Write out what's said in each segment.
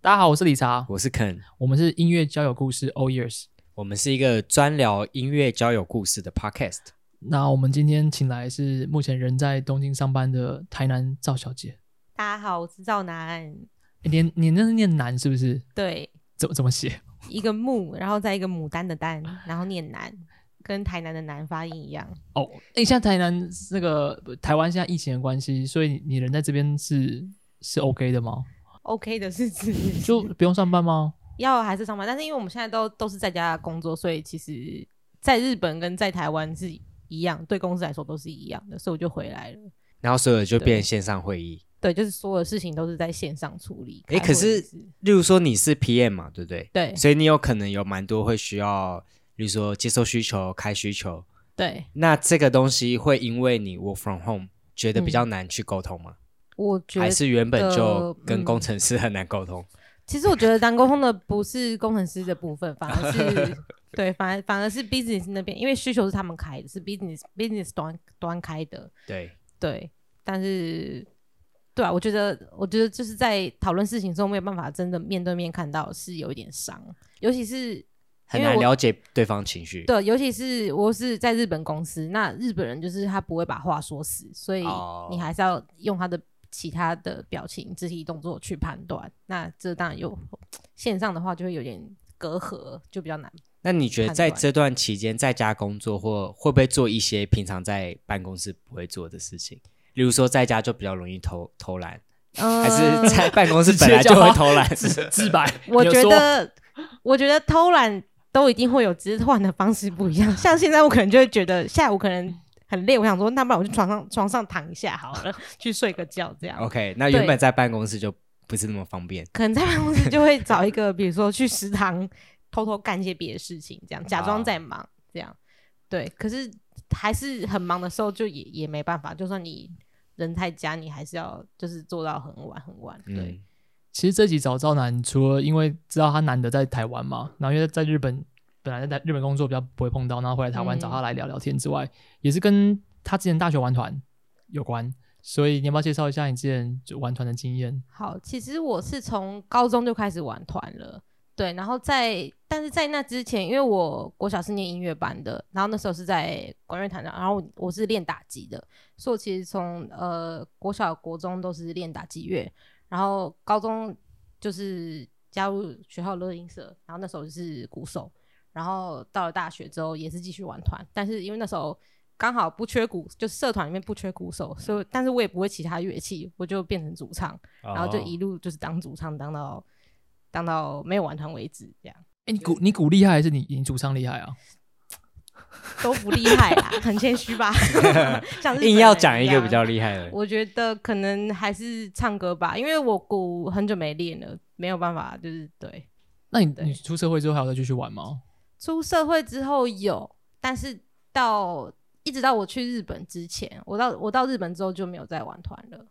大家好，我是理查，我是肯，我们是音乐交友故事 All Years。我们是一个专聊音乐交友故事的 podcast。那我们今天请来是目前人在东京上班的台南赵小姐。大家好，我是赵楠。诶你你那是念南是不是？对，怎么怎么写？一个木，然后再一个牡丹的 丹，然后念南，跟台南的南发音一样。哦，诶，现在台南那个台湾现在疫情的关系，所以你人在这边是是 OK 的吗？ OK 的是指就不用上班吗？要还是上班，但是因为我们现在都都是在家工作，所以其实在日本跟在台湾是一样，对公司来说都是一样的，所以我就回来了。然后所有的就对变线上会议。对，就是所有事情都是在线上处理。诶开可会是也例如说你是 PM 嘛，对不对？对所以你有可能有蛮多会需要，例如说接受需求、开需求。对，那这个东西会因为你 work from home 觉得比较难去沟通吗？我嗯觉还得是原本就跟嗯工程师很难沟通？其实我觉得当沟通的不是工程师的部分，反 而是对，反而反而是 business 那边，因为需求是他们开的，是 business business 端端开的，对，对。但是，对啊，我觉得我觉得就是在讨论事情的时候没有办法真的面对面看到，是有一点伤，尤其是很因为难我了解对方情绪。对，尤其是我是在日本公司，那日本人就是他不会把话说死，所以哦你还是要用他的其他的表情、肢体动作去判断。那这当然有线上的话就会有点隔阂，就比较难。那你觉得判在断这段期间在家工作，或会不会做一些平常在办公室不会做的事情？例如说在家就比较容易偷偷懒，嗯，还是在办公室本来就会偷懒？自自白我你有觉说得，我觉得偷懒都一定会有，只是换的方式不一样。像现在我可能就会觉得下午可能很累，我想说，那不然我去床上床上躺一下好了， 去睡个觉这 样。OK，那原对本在办公室就不是那么方便。可能在办公室就会找一个，比如说去食堂偷偷干一些别的事情，这样假装在忙，这样对。可是还是很忙的时候，就也也没办法，就算你人在家，你还是要就是做到很晚很晚。对，嗯，其实这集找赵楠，除了因为知道他难得在台湾嘛，然后因为在日本本来在日本工作比较不会碰到，然后回来台湾嗯找他来聊聊天之外，也是跟他之前大学玩团有关。所以你要不要介绍一下你之前就玩团的经验？好，其实我是从高中就开始玩团了。对，然后在，但是在那之前，因为我国小是念音乐班的，然后那时候是在管乐团的，然后我我是练打击的，所以我其实从呃国小、国中都是练打击乐，然后高中就是加入学校乐音社，然后那时候是鼓手，然后到了大学之后也是继续玩团，但是因为那时候刚好不缺鼓，就社团里面不缺鼓手，所以但是我也不会其他乐器，我就变成主唱，然后就哦一路就是当主唱，当到当到没有玩团为止，这样 哎、你鼓你鼓厉害还是你你主唱厉害啊？都不厉害啦，很谦 虚吧？像日本硬要人讲一个样比较厉害的，我觉得可能还是唱歌吧，因为我鼓很久没练了，没有办法，就是对。那你对你出社会之后还有再继续玩吗？出社会之后有，但是到一直到我去日本之前，我到我到日本之后就没有再玩团了，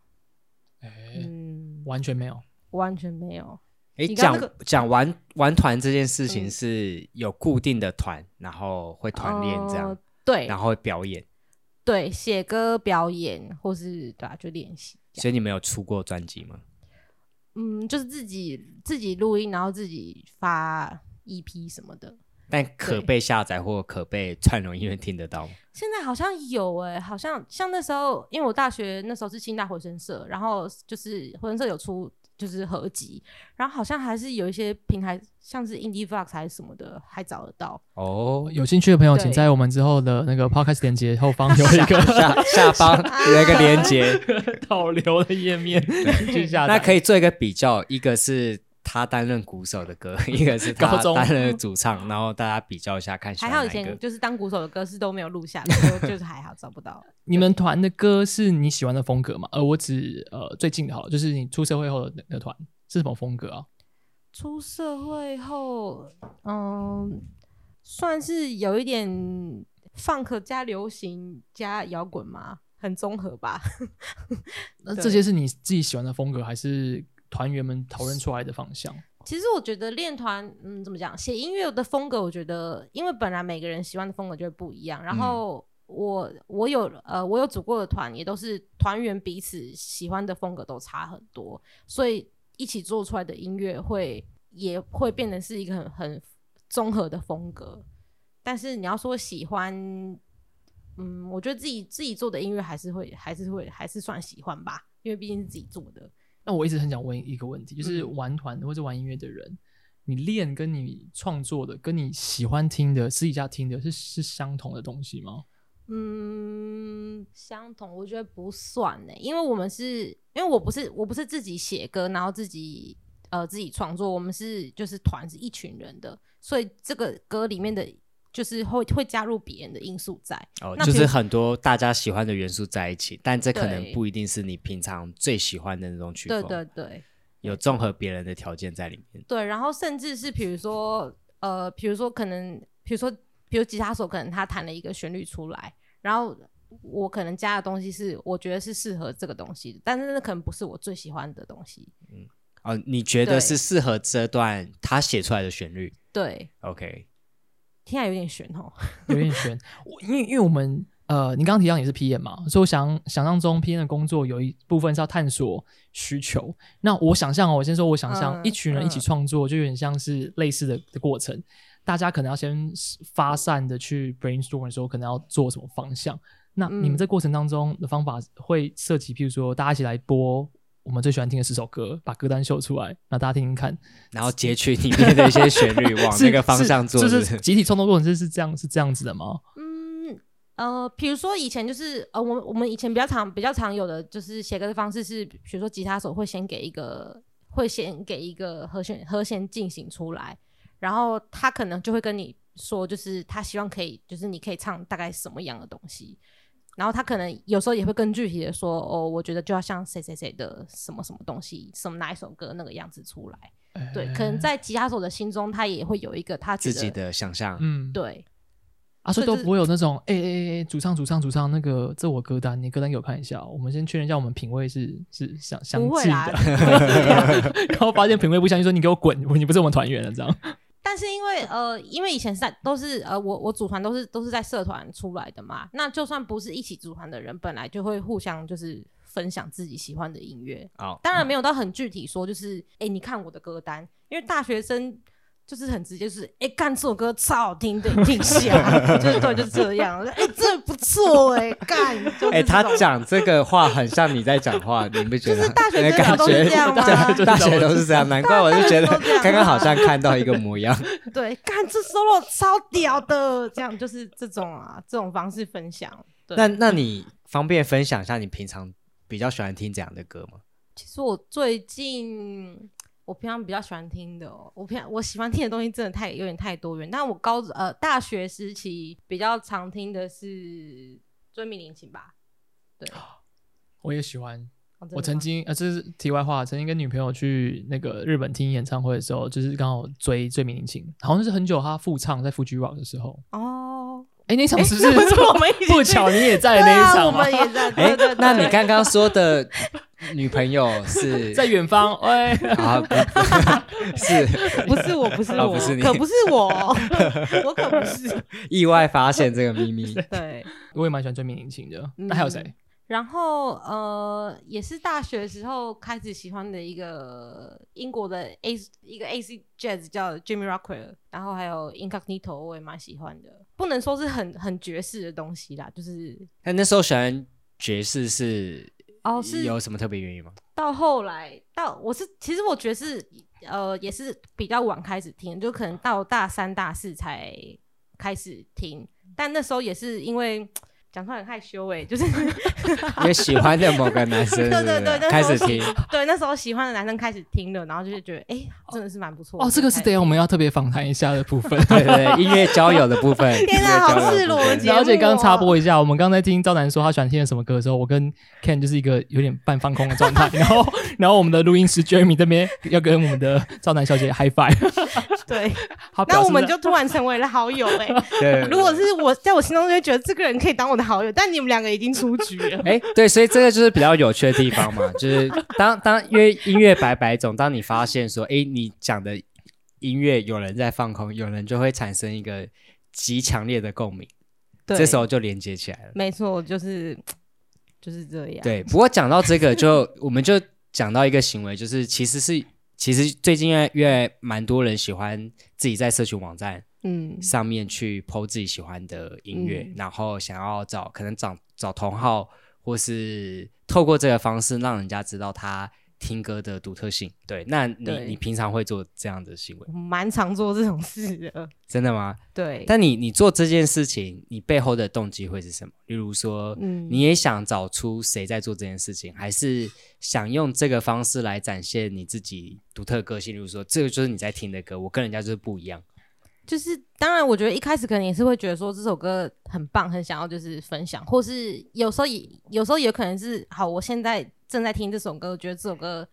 哎、嗯，完全没有。完全没有。诶，你刚刚那讲个讲玩玩团这件事情嗯是有固定的团，然后会团练这样呃，对然后会表演，对，写歌、表演或是对啊，就练习。所以你们有出过专辑吗？嗯，就是自己自己录音，然后自己发 EP 什么的。但可对被下载或可被串流音乐听得 到吗？现在好像有哎、好像像那时候，因为我大学那时候是清大回声社，然后就是回声社有出就是合集，然后好像还是有一些平台，像是 Indie Fox 还是什么的，还找得到。哦，有兴趣的朋友，对请在我们之后的那个 podcast 连接后方有一 个下下方有一个连 接，导流的页面去下载。那可以做一个比较，一个是他担任鼓手的 歌，一个是他高中担任主唱，然后大家比较一下看喜还欢好以哪一前个。就是当鼓手的歌是都没有录下来，所以就是还好找不到。你们团的歌是你喜欢的风格吗？呃，我指呃最近的好了，就是你出社会后的那那团是什么风格啊？出社会后，嗯，算是有一点 funk 加流行加摇滚嘛，很综合吧。 那对这些是你自己喜欢的风格，还是团员们讨论出来的方向？其实我觉得练团，嗯，怎么讲？写音乐的风格，我觉得，因为本来每个人喜欢的风格就会不一样。然后我、我有呃，我有组过的团，也都是团员彼此喜欢的风格都差很多，所以一起做出来的音乐会也会变成是一个很很综合的风格。但是你要说喜欢，嗯，我觉得自己自己做的音乐还是会还是会还是算喜欢吧，因为毕竟是自己做的。那我一直很想问一个问题，就是嗯玩团或者玩音乐的人，你练跟你创作的，跟你喜欢听的、私底下听的是是相同的东西吗？嗯，相同，我觉得不算呢、因为我们是因为我不是我不是自己写歌，然后自己呃自己创作，我们是就是团是一群人的，所以这个歌里面的就是会会加入别人的因素在，哦，那就比是如很多大家喜欢的元素在一起，但这可能对不一定是你平常最喜欢的那种曲对风，对对有综合别人的条件在里面。对，然后甚至是比如说呃，比如说可能比如说比如吉他手可能他弹了一个旋律出来，然后。我可能加的东西是我觉得是适合这个东西的，但是那可能不是我最喜欢的东西。哦，你觉得对是适合这段他写出来的旋律对， ？OK，听起来有点悬哦。有点悬。我因为因为我们呃，你刚刚提到你是 PM 嘛，所以我想想象中 PM 的工作有一部分是要探索需求。那我想象哦，我先说我想象，嗯一群人一起嗯创作，就有点像是类似的的过程。大家可能要先发散的去 brainstorm 说可能要做什么方向。那你们嗯这过程当中的方法会涉及，譬如说大家一起来播我们最喜欢听的十首歌，把歌单秀出来，那大家听听看，然后截取里面的一些旋 律往是那个方向做，是是就不是是集体创作过程是是这样是这样子的吗？嗯，呃，比如说以前就是呃，我们我们以前比较常比较常有的就是写歌的方式是，比如说吉他手会先给一个会先给一个和弦和弦进行出来，然后他可能就会跟你说，就是他希望可以就是你可以唱大概什么样的东西。然后他可能有时候也会更具体的说，哦，我觉得就要像谁谁谁的什么什么东西，什么哪一首歌那个样子出来。对，可能在吉他手的心中，他也会有一个他觉嗯自得己的想象。嗯，对，啊，所以所都以这不会有那种哎哎哎，主唱主唱主唱，那个这我歌单，你歌单给我看一下，我们先确认一下我们品味是是相相不会近啦 的，不会这样然后发现品味不相近，说你给我滚，你不是我们团员了这样。但是因为呃，因为以前是在都是呃，我我组团都是都是在社团出来的嘛，那就算不是一起组团的人，本来就会互相就是分享自己喜欢的音乐，哦，当然没有到很具体说，就是哎、诶你看我的歌单，因为大学生就是很直接，就是哎，诶干、这首歌超好听的，你听一下， 就是对，就是这样，哎、诶这不错哎、诶干，就是哎、这他种讲这个话很像你在讲话，你不觉得？就是大学生感都是觉这样吗对大学都是这样，难怪我就觉得大学都这样刚刚好像看到一个模 样。对，干这 solo 超屌的，这样就是这种啊，这种方式分享。对，那那你方便分享一下你平常比较喜欢听怎样的 歌吗？其实我最近我平常比较喜欢听的、哦，我平常我喜欢听的东西真的太有点太多元。但我高呃大学时期比较常听的是追命林琴吧，对，我也喜欢，哦我曾，经呃，这是题外话，曾经跟女朋友去那个日本听演唱会的时候，就是刚好追追明琴，好像是很久她复唱在 Fuji Rock 的时候，真的吗哦，哎，那场是不是是不是我们一起去不巧你也在对那一啊，我场吗们？也在，哎、 对对对，那你刚刚说 的女朋友是在远方，哎， 啊，不是 不是我，不是哦我，不是你可不是我， 我可不是，意外发现这个秘密。对。我也蛮喜欢追明琴的。嗯那还有谁？然后呃，也是大学时候开始喜欢的一个英国的 A 一个 AC Jazz 叫 Jimmy Rockwell，然后还有 Incognito 我也蛮喜欢的，不能说是很很爵士的东西啦，就是那那时候喜欢爵士是哦是有什么特别原因 吗？到后来到我是其实我觉得是呃也是比较晚开始听，就可能到大三大四才开始听，但那时候也是因为讲出来很害羞诶、就是因为喜欢的某个男生，是对不是对对，那时候开始喜听。， 对，那时候喜欢的男生开始听了，然后就是觉得，哎、真的是蛮不错的哦，这个是等一下我们要特别访谈一下的部分。 对对对，音乐交友的部分。 天哪，哪，好赤裸的节目、哦。而且刚刚插播一下，我们刚才听赵楠说他喜欢听的什么歌的时候，我跟 Ken 就是一个有点半放空的状 态，然后然后我们的录音师 Jeremy 这边要跟我们的赵楠小姐 high five， 对，好那啊表示我们了就突然成为了好友 哎、对，如果是我在我心中就会觉得这个人可以当我的好友，但你们两个已经 出局了。哎，对，所以这个就是比较有趣的地方嘛，就是当当因为音乐百百种，当你发现说，哎，你讲的音乐有人在放空，有人就会产生一个极强烈的共鸣，对这时候就连接起来了。没错，就是就是这样。对，不过讲到这个就，我们就讲到一个行为，就是其实是其实最近越越来蛮多人喜欢自己在社群网站嗯上面去剖自己喜欢的音乐，嗯然后想要找可能找找同好，或是透过这个方式让人家知道他听歌的独特性。对，那你对你平常会做这样的行为，我蛮常做这种事的。真的吗？对，但你你做这件事情，你背后的动机会是什么？例如说，嗯你也想找出谁在做这件事情，还是想用这个方式来展现你自己独特的个性？例如说，这个就是你在听的歌，我跟人家就是不一样。就是当然，我觉得一开始可能也是会觉得说这首歌很棒，很想要就是分享，或是有时候也有时候也可能是好，我现在正在听这首歌，我觉得这首歌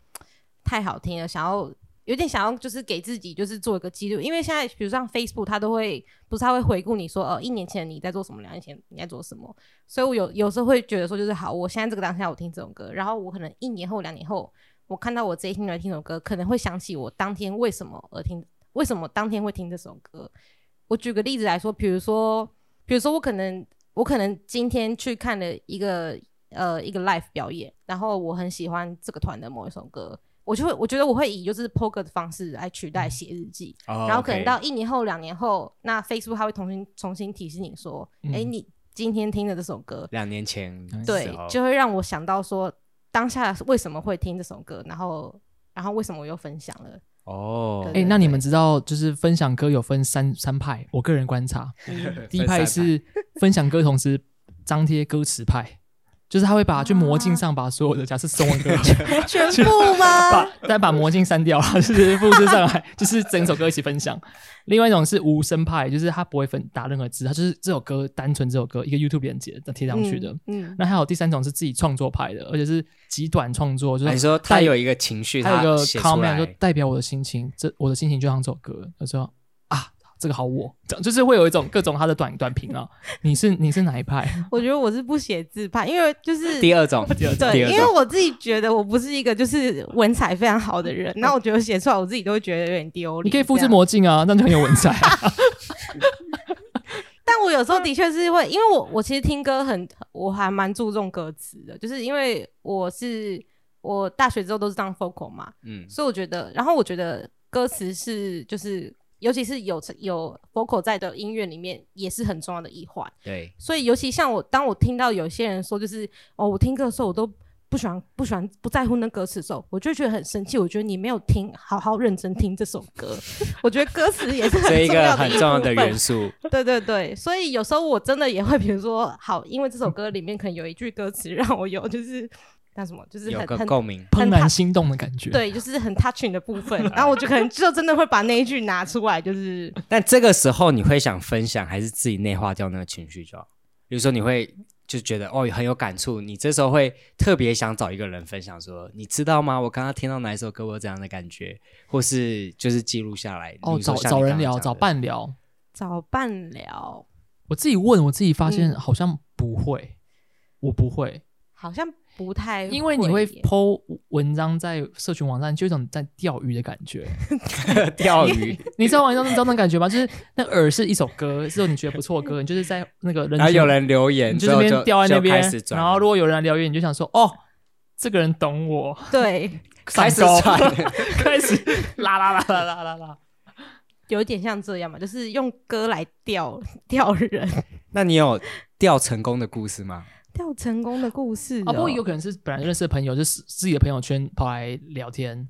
太好听了，想要有点想要就是给自己就是做一个记录，因为现在比如像 Facebook，它都会不是它会回顾你说呃一年前你在做什么，两年前你在做什么，所以我有有时候会觉得说就是好，我现在这个当下我听这首歌，然后我可能一年后两年后。我看到我这一听来听这首歌，可能会想起我当天为什么而听，为什么当天会听这首歌，我举个例子来说，比如说，比如说我可能我可能今天去看了一个呃一个 live 表演，然后我很喜欢这个团的某一首歌，我就会我觉得我会以就是 p o k e r 的方式来取代写日记，嗯哦然后可能到一年后、两年后，那 Facebook 它会重新重新提醒你说，哎、嗯你今天听的这首歌，两年前的时对候，，就会让我想到说当下为什么会听这首歌，然后然后为什么我又分享了，哦对哎、那你们知道，就是分享歌有分三三派。我个人观察，嗯第一派是分享歌同时张贴歌词派，就是他会啊把去魔镜上把所有的假设是中文歌，全部吗把？再把魔镜删掉，啊 就是复制上来，就是整首歌一起分享。另外一种是无声派，就是他不会分打任何字，他就是这首歌单纯这首歌一个 YouTube 链接再贴上去的。嗯，嗯那还有第三种是自己创作派的，而且是极短创作，就是啊 你说他带有一个情绪，还有一他个写出 comment 就来，代表我的心情，这我的心情就像这首歌，他说啊，这个好我，这样就是会有一种各种他的短短评啊。你是你是哪一派？ 我觉得我是不写字派，因为就是第 二种，第二对，因为种，我自己觉得我不是一个就是文采非常好的人，那我觉得写出来我自己都会觉得有点丢脸。你可以复这制样，魔镜啊，那就很有文采、啊。但我有时候的确是会，因为我我其实听歌很，我还蛮注重歌词的，就是因为我是我大学之后都是当 vocal 嘛，嗯，所以我觉得，然后我觉得歌词是就是。尤其是有有 vocal 在的音乐里面，也是很重要的一环。对，所以，尤其像我，当我听到有些人说，就是哦，我听歌的时候，我都不喜欢、不喜欢、不在乎那歌词的时候，我就觉得很生气。我觉得你没有听，好好认真听这首歌。我觉得歌词也是这很一重个要很的重要的一部分元素，对对对，所以有时候我真的也会，比如说，好，因为这首歌里面可能有一句歌词让我有就是那什么， 就是有很个 很共鸣。怦然心动的感觉。，对，就是很 touching 的部 分。然后我就可能就真的会把那一句拿出来，就是但这个时候你会想分享，还是自己内化掉那个情绪就好？比如说你会就觉得哦很有感触，你这时候会特别想找一个人分享说，你知道吗？我刚刚听到哪一首歌，我有怎样的感觉，或是就是记录下来。哦，比如找说像找你人刚刚聊，讲找的，伴聊。找伴聊，我自己问，我自己发现嗯好像不会，我不会，好像不太耶，因为你会 PO 文章在社群网站，就有一种在钓鱼的感觉。钓鱼，你知道吗？你知道你知道那种感觉吗？就是那耳是一首歌， 是你觉得不错的歌，你就是在那个人然后群有人留你言，就之这后边掉在那就开边始，转然后如果有人来聊天，你就想说，哦，这个人懂我， 对。开始上钩转开始啦啦啦啦啦啦啦。有一点像这样嘛，就是用歌来 钓钓人， 那你有钓成功的故事吗？钓成功的故事、哦啊，不过有可能是本来认识的朋友，就是自己的朋友圈跑来聊天，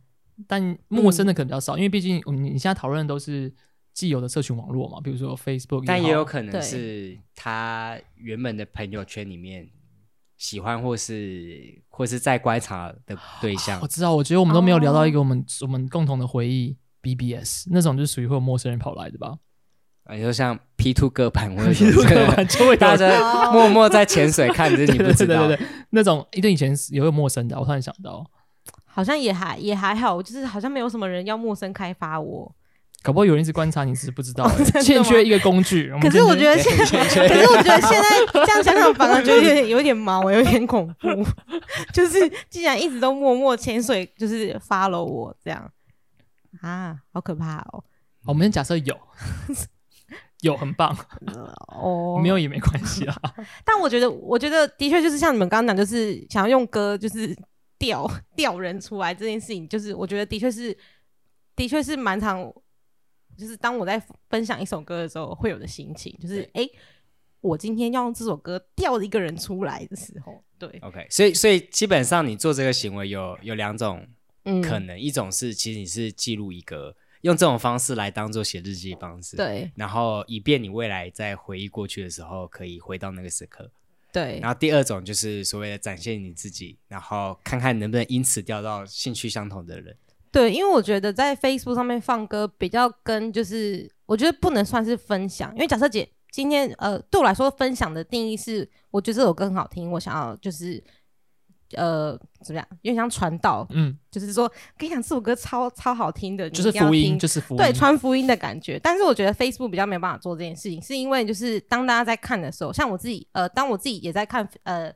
但陌生的可能比较少，因为毕竟我们你现在讨论的都是既有的社群网络嘛，比如说 Facebook， 但也有好可能对是他原本的朋友圈里面喜欢或是或是在观察的对象我。知道，我觉得我们都没有聊到一个我们、我们共同的回忆。BBS 那种就是属于会有陌生人跑来的吧，啊你说像 P two 各盘或者什就么可之类能的，就会有 大家默默在潜水看，只 是你不知对道对对。对，那种一对以前也会陌生的，我突然想到，好像也还也还好，就是好像没有什么人要陌生开发我。搞不好有人一直观察你，只是不知道、真的吗欠缺一个工具。们可是欠我缺觉得现在， 可是我觉得现在这样想想，反而就有点有点毛，欸有点恐怖。 就是既然一直都默默潜水，就是 follow 我这样啊，好可怕哦！好我们先假设有，有很棒，哦，没有也没关系啦。但我觉得，我觉得的确就是像你们刚刚讲，就是想要用歌，就是 调调人出来这件事情，就是我觉得的确是，的确是蛮常，就是当我在分享一首歌的时候会有的心情，就是哎、诶我今天要用这首歌调一个人出来的时候，对， OK，所以所以基本上你做这个行为有有两种嗯，可能，一种是其实你是记录一个用这种方式来当做写日记的方式，，对然后以便你未来在回忆过去的时候可以回到那个时刻。对然后第二种就是所谓的展现你自己，然后看看能不能因此钓到兴趣相同的人。对，因为我觉得在 Facebook 上面放歌比较跟就是，我觉得不能算是分享，因为假设姐今天呃，对我来说分享的定义是，我觉得这首歌很好听，我想要就是呃怎么样，有点像传道，嗯，就是说跟你讲这首歌超超好听的，你就是一定要福音，听就是福音，对，传福音的感觉。但是我觉得 Facebook 比较没有办法做这件事情，是因为就是当大家在看的时候，像我自己，呃，当我自己也在看，呃，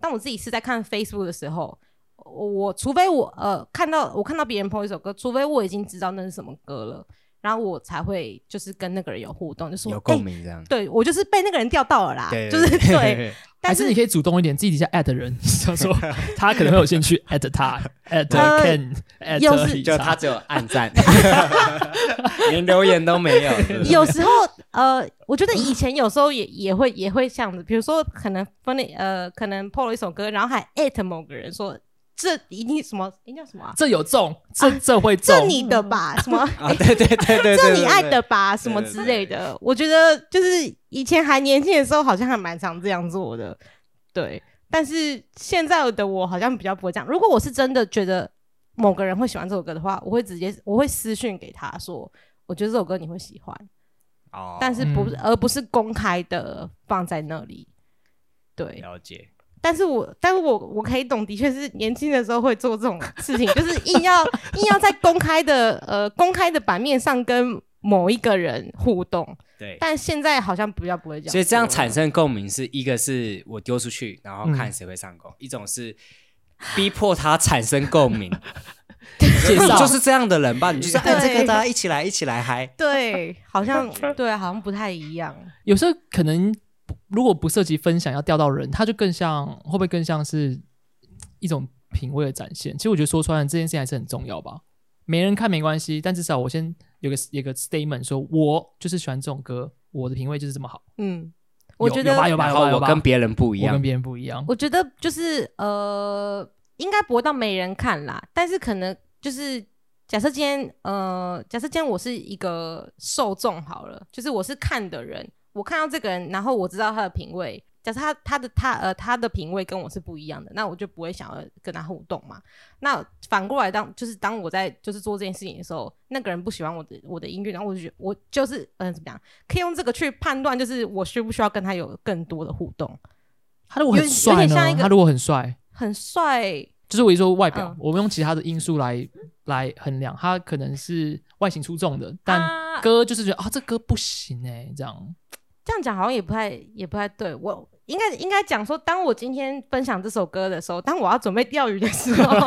当我自己是在看 Facebook 的时候，我我除非我呃看到我看到别人 po 一首歌，除非我已经知道那是什么歌了，然后我才会就是跟那个人有互动，就说有哎共鸣这样。对我就是被那个人钓到了啦，对，就是 对。，但还是是你可以主动一点，自己底下 at 人，想 说他可能会有兴趣 at 他 at 呃 Ken at 又是李 就查他只有暗赞， 连留言都没有。 对不对有时候，呃，我觉得以前有时候也也会也会这样子，比如说可能分了呃，可能 PO 了一首歌，然后还艾特某个人说这一定什么，诶那叫什么啊、这有中，这这会中，这你的吧，什么啊，对对对对对，这对你对爱的吧，对什么对之对类的。我觉得就是以前还年轻的时候，好像还蛮常这样做的，对。但是现在的我好像比较不会这样。如果我是真的觉得某个人会喜欢这首歌的话，我会直接我会私讯给他说，我觉得这首歌你会喜欢。哦，但是不是、嗯而不是公开的放在那里。对，了解，但是我但是我我可以懂，的确是年轻的时候会做这种事情， 就是硬要硬要在公开的呃公开的版面上跟某一个人互动，对。但现在好像比较不会这样做了，所以这样产生共鸣是一个是我丢出去，然后嗯看谁会上钩；一种是逼迫他产生共鸣，介你绍就是这样的人吧，你就是对按这个的啊，一起来一起来嗨。对，好像对，好像不太一样。有时候可能不如果不涉及分享要钓到人，它就更像会不会更像是一种品味的展现？其实我觉得说穿了这件事情还是很重要吧。没人看没关系，但至少我先有个有个 statement 说，我就是喜欢这种歌，我的品味就是这么好。嗯，我有觉有吧得有吧然有吧后有我吧，跟别人不一我跟样，别人不一样。我觉得就是呃，应该不会到没人看啦，但是可能就是假设今天呃，假设今天我是一个受众好了，就是我是看的人，我看到这个人，然后我知道他的品味。假设他他的他呃他的品味跟我是不一样的，那我就不会想要跟他互动嘛。那反过来当就是当我在就是做这件事情的时候，那个人不喜欢我的我的音乐，然后我就觉我就是嗯、呃怎么讲，可以用这个去判断，就是我需不需要跟他有更多的互动。他如果很有点有帅点像一呢？个他如果很帅，很帅，就是我一说外表，嗯我们用其他的因素来来衡量，他可能是外形出众的，但啊歌就是觉得啊，这歌不行哎、这样。这样讲好像也不太也不太对。我应该应该讲说，当我今天分享这首歌的时候，当我要准备钓鱼的时候，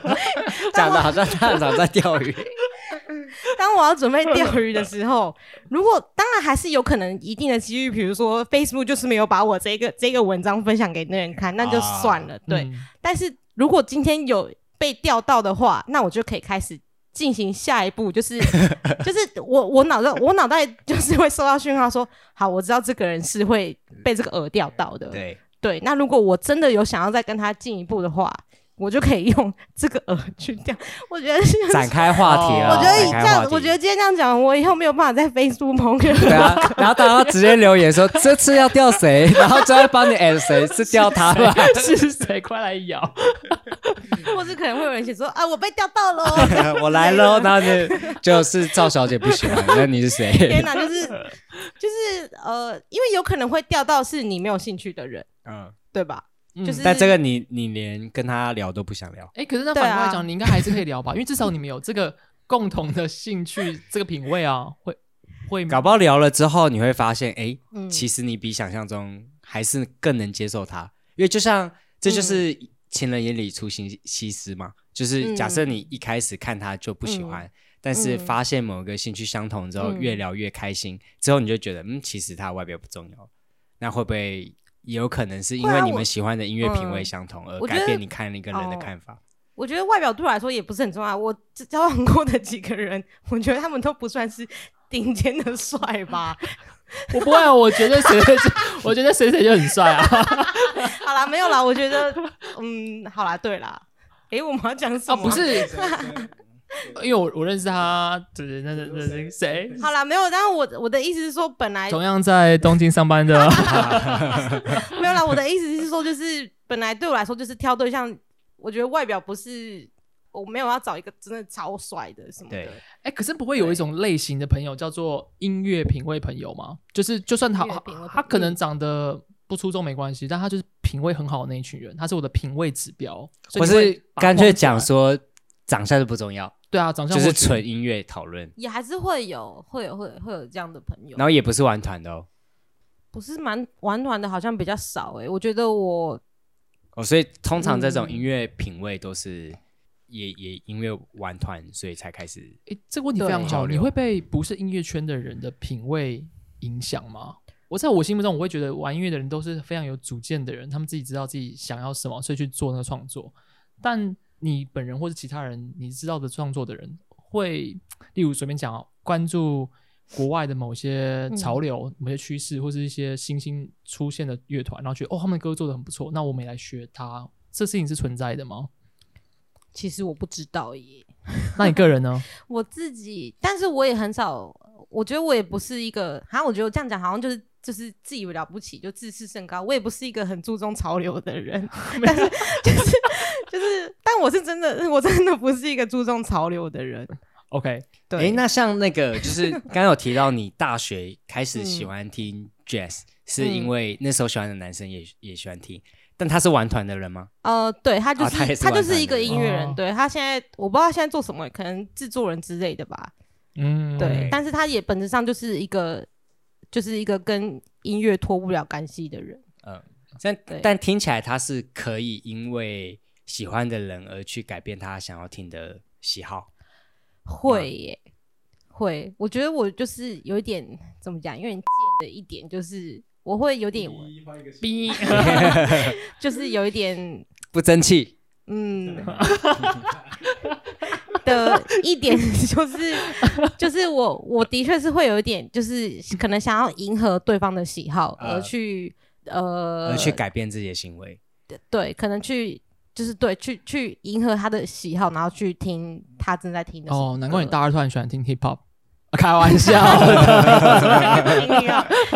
讲的好像他很常在钓鱼。当我要准备钓鱼的时候，如果当然还是有可能一定的机遇，比如说 Facebook 就是没有把我这个这个文章分享给那人看，那就算了。对，嗯但是如果今天有被钓到的话，那我就可以开始进行下一步，就是就是我我脑袋我脑袋就是会收到讯号说，好，我知道这个人是会被这个饵钓到的。对，对那如果我真的有想要再跟他进一步的话，我就可以用 这个饵去钓。我觉得 是。展开话题哦啊！我觉得展这开样话，题我觉得今天这样讲，我以后没有办法在 Facebook 某个人 对啊，然后大家直接留言说这次要钓谁， 然后就会帮你 at 谁是钓他吧。 谁是谁？快来咬！或是可能会有人写说啊，我被钓到 喽。 我来喽，然后 就就是赵小姐不喜欢，那你是谁 天？哪，就是就是呃，因为有可能会钓到是你没有兴趣的人，嗯，对吧？就是但这个你你连跟他聊都不想聊，哎、可是那对反啊过来讲，你应该还是可以聊吧，因为至少你们有这个共同的兴趣，这个品味啊，会会搞不好聊了之后你会发现，哎，嗯其实你比想象中还是更能接受他，因为就像这就是嗯情人眼里出西西施嘛，就是假设你一开始看他就不喜欢。但是发现某个兴趣相同之后，嗯越聊越开心，之后你就觉得，嗯，其实他外表不重要，那会不会也有可能是因会啊为你我们喜欢的音乐品味嗯相同而我觉改变得你看一个人的哦看法。我觉得外表对我来说也不是很重要。我这交往过的几个人，我觉得他们都不算是顶尖的帅吧。我不会啊，我觉得谁谁谁，我觉得谁谁就很帅啊。 好啦，没有啦，我觉得，嗯，好啦，对啦。诶，我们要讲什啊，么？哦不，是，因为我我认识他，对对对对对，谁？好啦，没有。但是我我的意思是说，本来同样在东京上班的，没有啦，我的意思是说，就是本来对我来说，就是挑对象，我觉得外表不是，我没有要找一个真的超帅的什么的对。哎，可是不会有一种类型的朋友叫做音乐品味朋友吗？就是就算他音乐品味朋友他可能长得不出众没关系，但他就是品味很好的那一群人，他是我的品味指标。所我以你会是把它干脆框起来讲说长相是不重要，对啊，长相就或是许纯音乐讨论，也还是会有，会有，会有会有这样的朋友然。后也不是玩团的哦。不是蛮玩团的，好像比较少诶、我觉得我哦，所以通常这种嗯音乐品味都是也也因为玩团，所以才开始。诶，这个问题非常对好。交你流会被不是音乐圈的人的品味影响吗？我在我心目中，我会觉得玩音乐的人都是非常有主见的人，他们自己知道自己想要什么，所以去做那个创作。但你本人或是其他人，你知道的创作的人，会例如随便讲哦，关注国外的某些潮流、某些趋势，或是一些新兴出现的乐团，然后觉得哦，他们的歌做的很不错，那我们也来学他。这事情是存在的吗？其实我不知道耶，那你个人呢？ 我自己，但是我也很少，我觉得我也不是一个，好像我觉得我这样讲好像就是就是自以为了不起，就自视甚高，我也不是一个很注重潮流的 人，但是就是就是，但我是真的，我真的不是一个注重潮流的人， OK，对，诶，那像那个就是刚刚有提到你大学开始喜欢听 jazz，、是嗯因为那时候喜欢的男生也也喜欢听，但他是玩团的人吗？呃，对他就啊是、他也是他就玩是团一的个音乐人，哦对他现在我不知道他现在做什么，可能制作人之类的吧，嗯，对，嗯但是他也本质上就是一个，就是一个跟音乐脱不了干系的人。嗯，但对但听起来他是可以因为喜欢的人而去改变他想要听的喜好。 会耶，会。我觉得我就是有一点怎么讲，有点贱的一点，就是我会有点， B 就是有一点， 不争气，嗯。的一点 就是，就是我我的确是会有一点，就是可能想要迎合对方的喜好呃而去呃而去改变自己的行为。对，可能去就是对去去迎合他的喜好，然后去听他正在听的哦，难怪你大大二突然喜欢听 hip hop，啊开玩 笑。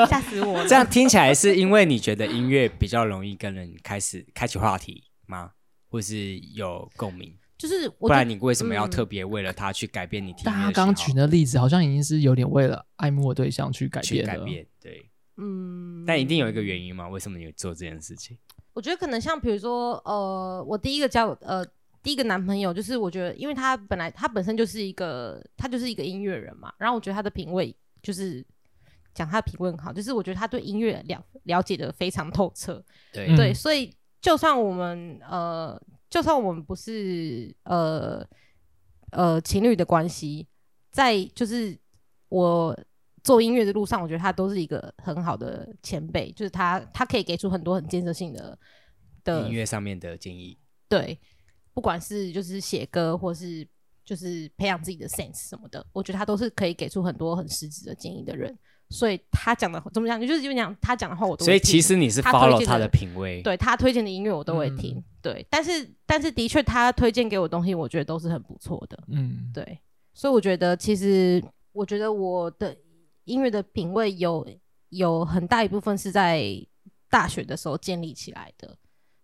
吓死我 了！这样听起来是因为你觉得音乐比较容易跟人开始开启话题吗？或是有共鸣？就是不我就然你为什么要嗯特别为了他去改变你听但音乐他的嗯刚喜举好那例子，好像已经是有点为了爱慕的对象去改去变改了。变？对，嗯，但一定有一个原因嘛？为什么你做这件事情？我觉得可能像比如说呃，我第一个交呃第一个男朋友，就是我觉得因为他本来他本身就是一个他就是一个音乐人嘛，然后我觉得他的品味就是。讲他的品味很好，就是我觉得他对音乐了了解的非常透彻，对，嗯对，所以就算我们呃，就算我们不是呃呃情侣的关系，在就是我做音乐的路上，我觉得他都是一个很好的前辈，就是他他可以给出很多很建设性的的音乐上面的建议。对，不管是就是写歌或是。就是培养自己的 sense 什么的，我觉得他都是可以给出很多很实质的建议的人，所以他讲的怎么讲，就是因为讲他讲的话，我都所以会听其实你是他推 follow 荐他的的品味，对他推荐的音乐我都会听，对，但是但是的确他推荐给我的东西，我觉得都是很不错的，嗯，对，所以我觉得其实我觉得我的音乐的品味有有很大一部分是在大学的时候建立起来的，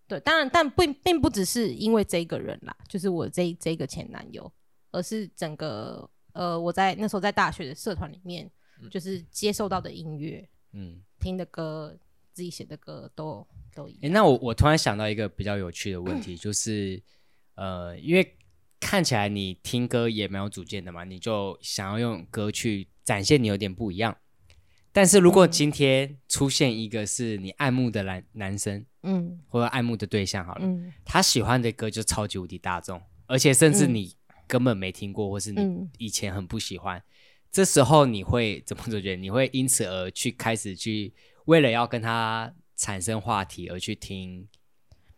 对，当然但并并不只是因为这一个人啦，就是我这这个前男友，而是整个呃我在那时候在大学的社团里面，就是接受到的音乐、嗯。听的歌、自己写的歌都都一样。诶，那我我突然想到一个比较有趣的问题，就是呃，因为看起来你听歌也蛮有主见的嘛，你就想要用歌去展现你有点不一样。但是如果今天出现一个是你爱慕的男男生嗯或者爱慕的对象好了，嗯他喜欢的歌就超级无敌大众，而且甚至嗯你根本没听过，或是你嗯，以前很不喜欢，这时候你会怎么解决？你会因此而去开始去为了要跟他产生话题而去听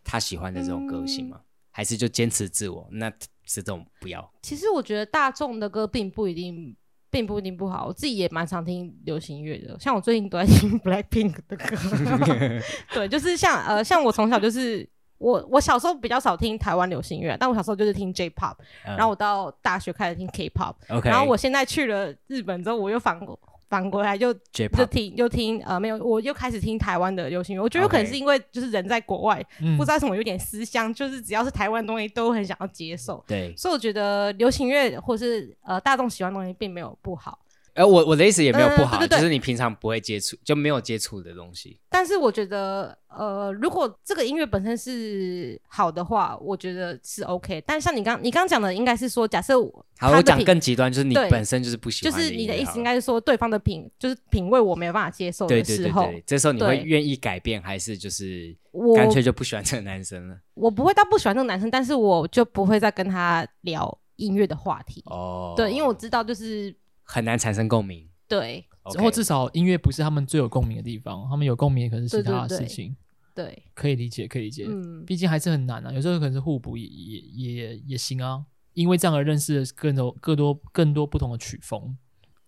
他喜欢的这种歌性吗？嗯还是就坚持自我？那这种不要其实我觉得大众的歌并不一定，并不一定不好。我自己也蛮常听流行音乐的，像我最近都在 听 Blackpink 的歌。对，就是像呃，像我从小就是我我小时候比较少听台湾流行音乐，但我小时候就是听 J-pop，、嗯然后我到大学开始听 K-pop， OK，然后我现在去了日本之后，我又反过反过来又就 J-pop 听又听呃没有，我又开始听台湾的流行乐。我觉得有可能 OK 是因为就是人在国外，嗯不知道为什么有点思乡，就是只要是台湾的东西都很想要接受。对，所以我觉得流行乐或是呃大众喜欢的东西并没有不好，哎、我我的意思也没有不嗯好，啊对对对就是你平常不会接触，就没有接触的东西。但是我觉得呃如果这个音乐本身是好的话，我觉得是 OK。但像你刚你刚讲的，应该是说假设我好，他我的讲品更极端，就是你对本身就是不喜就欢是音你乐的意好思应了该是说对方的品就是品味我没有办法接受对的对时对候，对，这时候你会对愿意改变，还是就是我干脆就不喜欢这个男生 了？我不会到不喜欢这个男生，但是我就不会再跟他聊音乐的话题。哦，对，因为我知道就是很难产生共鸣。对或 OK，至少音乐不是他们最有共鸣的地方，他们有共鸣可能是其对对他的事对情，对，可以理解，可以理解。嗯，毕竟还是很难啊，有时候可能是互补也也也也行啊，因为这样而认识了更多更多更多不同的曲风。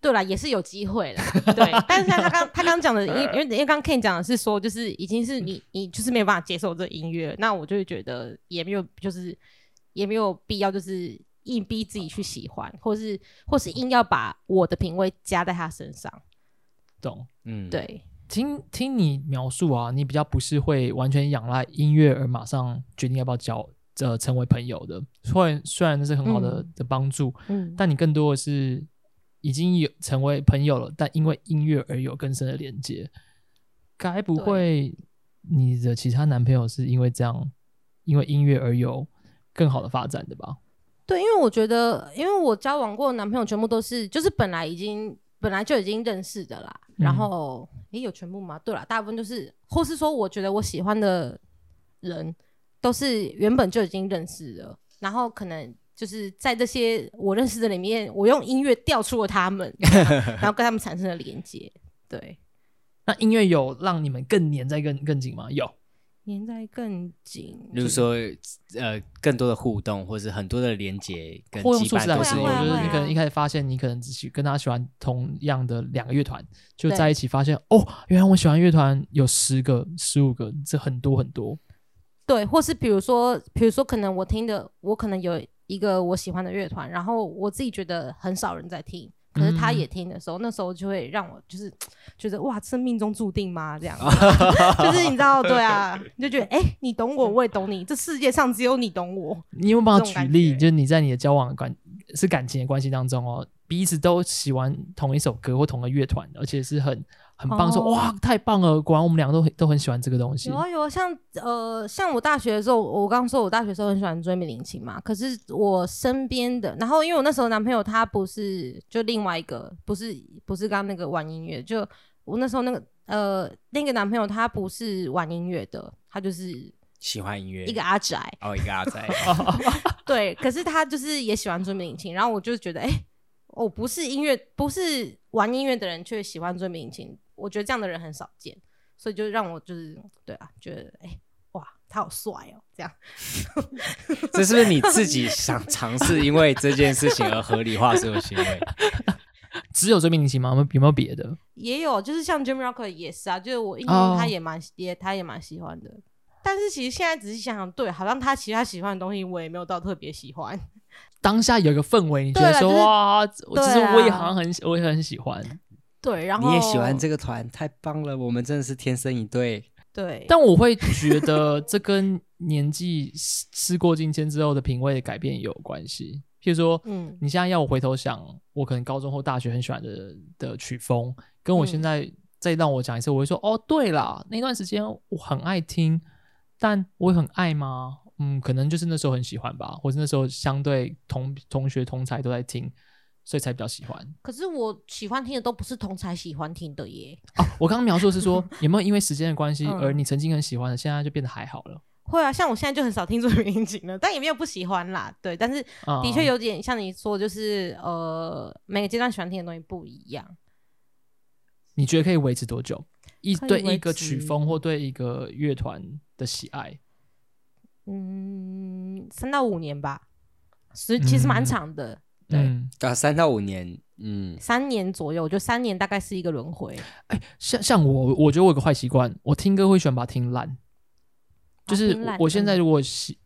对啦，也是有机会啦。对，但是像他刚他刚讲的，因为因为因为刚刚 Ken 讲的是说，就是已经是你你就是没有办法接受这个音乐，那我就会觉得也没有就是也没有必要就是硬逼自己去喜欢，或是或是硬要把我的品味加在他身上。懂？嗯，对，听听你描述啊，你比较不是会完全仰赖音乐而马上决定要不要交呃成为朋友的。虽然虽然这是很好的、嗯的帮助，嗯，但你更多的是已经有成为朋友了，但因为音乐而有更深的连接。该不对会你的其他男朋友是因为这样，因为音乐而有更好的发展的吧？对，因为我觉得，因为我交往过的男朋友全部都是，就是本来已经本来就已经认识的啦。然嗯后，也有全部吗？对啦，大部分就是，或是说，我觉得我喜欢的人都是原本就已经认识的，然后可能就是在这些我认识的里面，我用音乐调出了他们，然后跟他们产生了连接。对，那音乐有让你们更黏在更更紧吗？有，粘在更紧，比如说呃，更多的互动，或是很多的连接跟或用羁数绊值来都说，是对有啊我对觉得啊对啊你可能一开始发现你可能只喜跟他喜欢同样的两个乐团，就在一起发现哦，原来我喜欢乐团有十个、十五个，这很多很多。对，或是比如说，比如说，可能我听的，我可能有一个我喜欢的乐团，然后我自己觉得很少人在听，可是他也听的时候，那时候就会让我就是觉得哇，这命中注定吗？这样，就是你知道，对啊，你就觉得哎、你懂我，我也懂你，这世界上只有你懂我。你有没有办法这种举感例？觉就是你在你的交往的关是感情的关系当中哦，彼此都喜欢同一首歌或同个乐团，而且是很很棒，说哦哇太棒了，果然我们两个都很都很喜欢这个东西有。啊有啊，像呃，像我大学的时候，我刚说我大学的时候很喜欢追米林琴嘛，可是我身边的，然后因为我那时候男朋友他不是就另外一个，不是不是刚刚那个玩音乐，就我那时候那个呃那个男朋友他不是玩音乐的，他就是喜欢音乐一个阿宅，哦，一个阿 仔，对，可是他就是也喜欢追明星，然后我就觉得，哎、我不是音乐，不是玩音乐的人，却喜欢追明星，我觉得这样的人很少见，所以就让我就是对啊，觉得哎、哇，他好帅哦，这样这是不是你自己想尝试因为这件事情而合理化所有行为？只有追命琴吗？有没有有没有别的？也有，就是像 Jimmy Rocker 也是啊，就是我印哦象他也蛮、也他也蛮喜欢的，但是其实现在仔细想想，对，好像他其他喜欢的东西我也没有到特别喜欢，当下有一个氛围，你觉得对啊说、就是哇，其实对啊我也好像很我也很喜欢，对， 然后你也喜欢这个团，太棒了！我们真的是天生一对。对，但我会觉得这跟年纪事事过境迁之后的品味的改变有关系。譬如说，嗯你现在要我回头想，我可能高中或大学很喜欢的的曲风，跟我现嗯在再让我讲一次，我会说哦，对啦，那段时间我很爱听，但我很爱吗？嗯，可能就是那时候很喜欢吧，或是那时候相对同同学同才都在听，所以才比较喜欢。可是我喜欢听的都不是同才喜欢听的耶。哦，我刚刚描述的是说 有没有因为时间的关系，嗯而你曾经很喜欢的，现在就变得还好了。会啊，像我现在就很少听作品景了，但也没有不喜欢啦。对，但是啊的确有点像你说，就是呃，每个阶段喜欢听的东西不一样。你觉得可以维持多久？一可以对维一个曲持风或对一个乐团的喜爱。嗯，三到五年吧，十其实蛮嗯长的，对嗯，啊，三到五年，嗯，三年左右，我觉得三年大概是一个轮回。哎像像我，我觉得我有个坏习惯，我听歌会喜欢把它听烂。就是哦听我烂我现在嗯如果喜，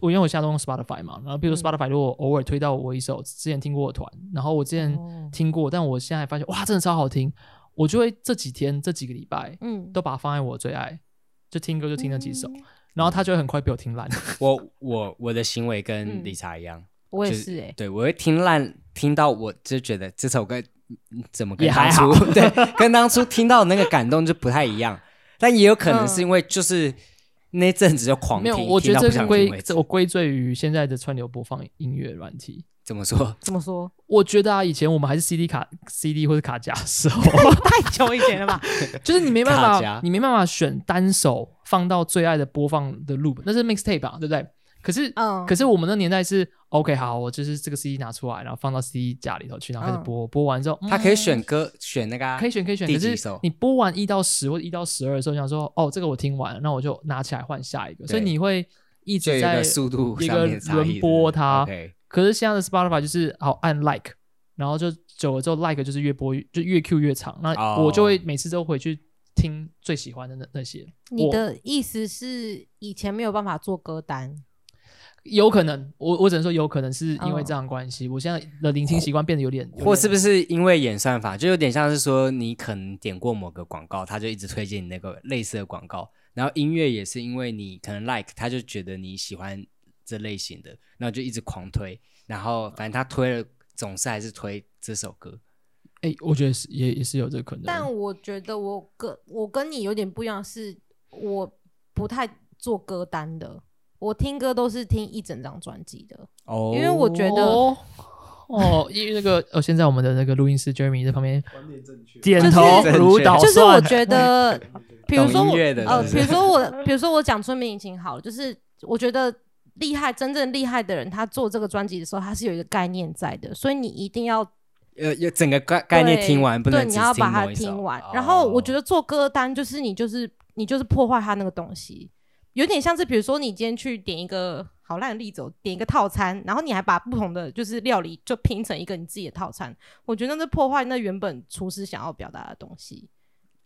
我因为我现在都用 Spotify 嘛，然后比如嗯 Spotify 如果偶尔推到我一首之前听过的团，然后我之前哦听过，但我现在发现哇，真的超好听，我就会这几天这几个礼拜嗯，都把它放在我最爱，就听歌就听那几首，嗯然后它就会很快被我听烂。我我我的行为跟嗯理查一样，我也就是哎，对我会听烂，听到我就觉得这首歌嗯怎么跟也当还初 对跟当初听到的那个感动就不太一样， 但也有可能是因为就是那阵子就嗯狂没听，有，我觉听得到不这个想听归为止这我归罪于现在的串流播放音乐软体。怎 么说？怎么说？我觉得啊，以前我们还是 CD 卡 CD 或者卡夹的时 候，太久以前了吧？就是你没办卡法夹，你没办法选单首放到最爱的播放的 loop，那是 mixtape 啊吧，对不对？可是，嗯，可是我们那年代是 OK，好，我就是这个 CD 拿出来，然后放到 CD 架里头去，然后开始嗯播，播完之后，嗯 他可以选歌，选那个啊可以选，可以选。第可几是首你播完一到十或者一到十二的时候，想说哦，这个我听完了，那我就拿起来换下一个，所以对你会一就有直一个在。速度一上个面的差轮异播它 o k 可是现在的 Spotify 就是好按 like，然后就久了之后 like 就是越播越就越 Q 越长，那哦我就会每次都回去听最喜欢的那那些。你我的意思是以前没有办法做歌单，有可能，我我只能说有可能是因为这样的关系，我现在的聆听习惯变得有点，哦或是是不是因为演算法，就有点像是说你可能点过某个广告，他就一直推荐你那个类似的广告，然后音乐也是因为你可能 like，他就觉得你喜欢这类型的，然后就一直狂推，然后反正他推了，总是还是推这首歌。哎、我觉得是也也是有这个可能。但我觉得我跟我跟你有点不一样，是我不太做歌单的，我听歌都是听一整张专辑的。哦因为我觉得哦哦，因为那个哦，现在我们的那个录音师 Jeremy 在旁边点正确头哦就是如捣蒜，就是我觉 得，比如说懂我音乐的呃，是比不如是 说我，比如说我讲村民引擎好了，就是我觉得厉害，真正厉害的人，他做这个专辑的时候，他是有一个概念在的，所以你一定要呃，有整个概概念对听完，不能只对，你要听啊把它某一首听完。然后我觉，得做歌单就是你就是你就是破坏他那个东西，有点像是比如说你今天去点一个好烂的例子哦，点一个套餐，然后你还把不同的就是料理就拼成一个你自己的套餐，我觉得那是破坏那原本厨师想要表达的东西。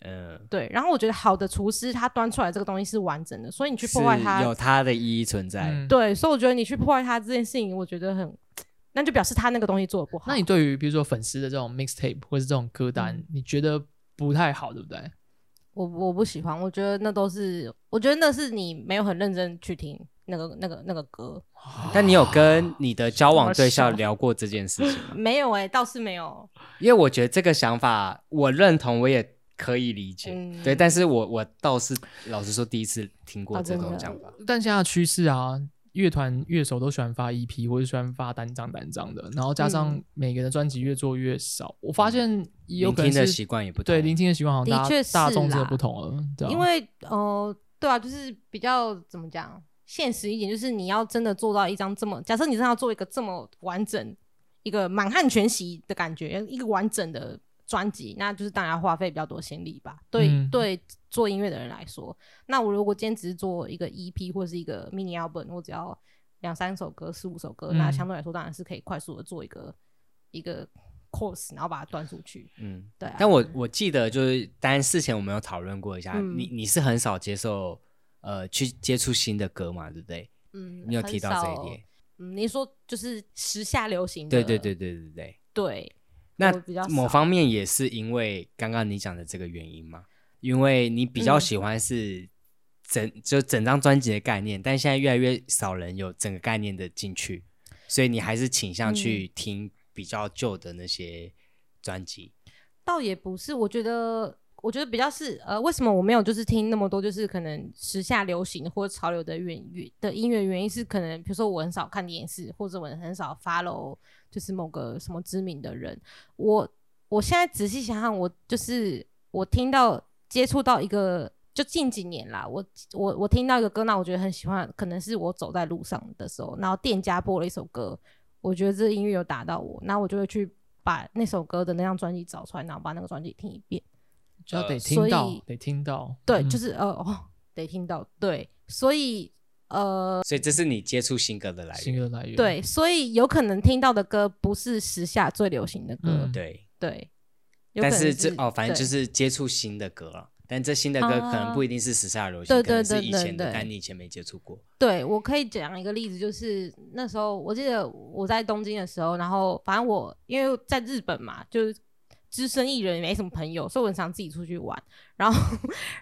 嗯、对，然后我觉得好的厨师他端出来这个东西是完整的，所以你去是破坏它有，它的意义存在。嗯。对，所以我觉得你去破坏它这件事情，我觉得很，那就表示他那个东西做的不好。那你对于比如说粉丝的这种 mixtape 或是这种歌单，嗯你觉得不太好，对不对？我我不喜欢，我觉得那都是，我觉得那是你没有很认真去听那个那个那个歌，但你有跟你啊的交往对怎么象说聊过这件事情吗？没有哎、倒是没有，因为我觉得这个想法我认同，我也可以理解。嗯对，但是我我倒是老实说，第一次听过哦这真种的讲法。但现在的趋势啊，乐团乐手都喜欢发 EP 或者喜欢发单张单张的，然后加上嗯每个人的专辑越做越少，我发现也有聆可听的能习是惯也不同对聆听的习惯好像的大家确是大众真的啦不同了，对啊因为呃，对啊，就是比较怎么讲，现实一点，就是你要真的做到一张这么，假设你真的要做一个这么完整、一个满汉全席的感觉，一个完整的专辑，那就是当然要花费比较多心力吧。对、嗯对，做音乐的人来说，那我如果今天只是做一个 EP 或是一个 mini album，我只要两三首歌、四五首歌，那嗯相对来说当然是可以快速的做一个一个 course，然后把它端出去。嗯，对啊，但我我记得就是，当然事前我们有讨论过一下，嗯你你是很少接受呃去接触新的歌嘛，对不对？嗯，你有很提到这一少点，嗯，你说就是时下流行的，对对对对对对。对，那我比较某少方面也是因为刚刚你讲的这个原因嘛，因为你比较嗯喜欢是整、就整张专辑的概念，但现在越来越少人有整个概念的进去，所以你还是倾向嗯去听比较旧的那些专辑。倒也不是，我觉得。我觉得比较是呃，为什么我没有就是听那么多，就是可能时下流行或潮流的原乐的音乐，原因是可能比如说我很少看电视，或者我很少 follow 就是某个什么知名的人。我我现在仔细想想，我就是我听到接触到一个，就近几年啦，我我我听到一个歌，那我觉得很喜欢，可能是我走在路上的时候，然后店家播了一首歌，我觉得这音乐有打到我，那我就会去把那首歌的那张专辑找出来，然后把那个专辑听一遍。就要得呃听所到以，得听到，对，嗯就是呃哦，得听到，对，所以呃所以这是你接触新歌的来新源。的来源。，对，所以有可能听到的歌不是时下最流行的歌，嗯对，对。有但可能是这哦，反正就对是接触新的歌了。但这新的歌可能啊不一定是时下流行，对可能对是对以对前的，对但你以前没接触过。对，我可以讲一个例子，就是那时候我记得我在东京的时候，然后反正我因为在日本嘛，就是资深艺人也没什么朋友，所以我很常自己出去玩。然后，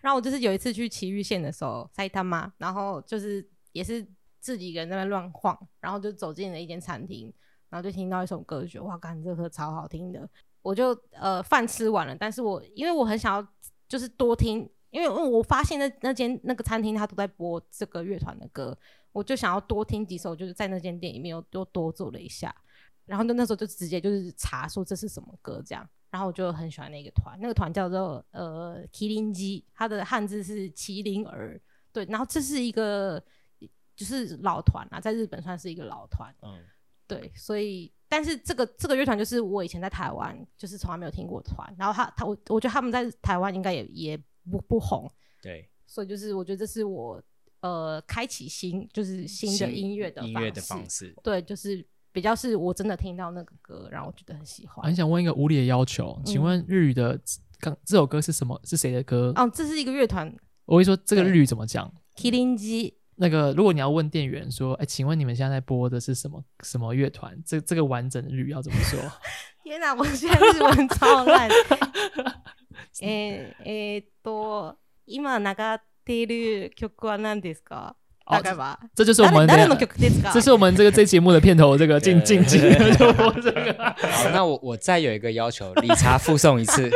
然后我就是有一次去埼玉县的时候，塞他妈，然后就是也是自己一个人在那边乱晃，然后就走进了一间餐厅，然后就听到一首歌，就觉得哇，干这歌超好听的。我就呃饭吃完了，但是我因为我很想要就是多听，因为因为我发现那那间那个餐厅它都在播这个乐团的歌，我就想要多听几首，就是在那间店里面又又多做了一下，然后就那时候就直接就是查说这是什么歌这样，然后我就很喜欢那个团，那个团叫做呃麒麟姬，它的汉字是麒麟儿，对，然后这是一个就是老团啊，在日本算是一个老团，嗯，对，所以但是这个这个乐团就是我以前在台湾就是从来没有听过的团，然后他他我我觉得他们在台湾应该也也不不红，对，所以就是我觉得这是我呃开启新就是新的音乐的音乐的方方式，式，对，就是比较是我真的听到那个歌，然后我觉得很喜我很欢。啊想问一个无理的要求，请嗯问日语的刚这首歌是什么？是谁的歌？哦，这是一个乐嗯团我会说这个对日语怎么讲？ ，Killing 机，那个，如果你要问店员说，哎，请问你们现在在播的是什么什么乐团？这这个完整的日语要怎么说？ 天哪，我现在日文超 烂。えーえーっと今流っている曲は何ですか？哦大概吧。这就是我们誰誰の的，曲ですか？这是我们这个这节目的片头，这个进进进的就播这个，好，那我我再有一个要求，理查附送一 次，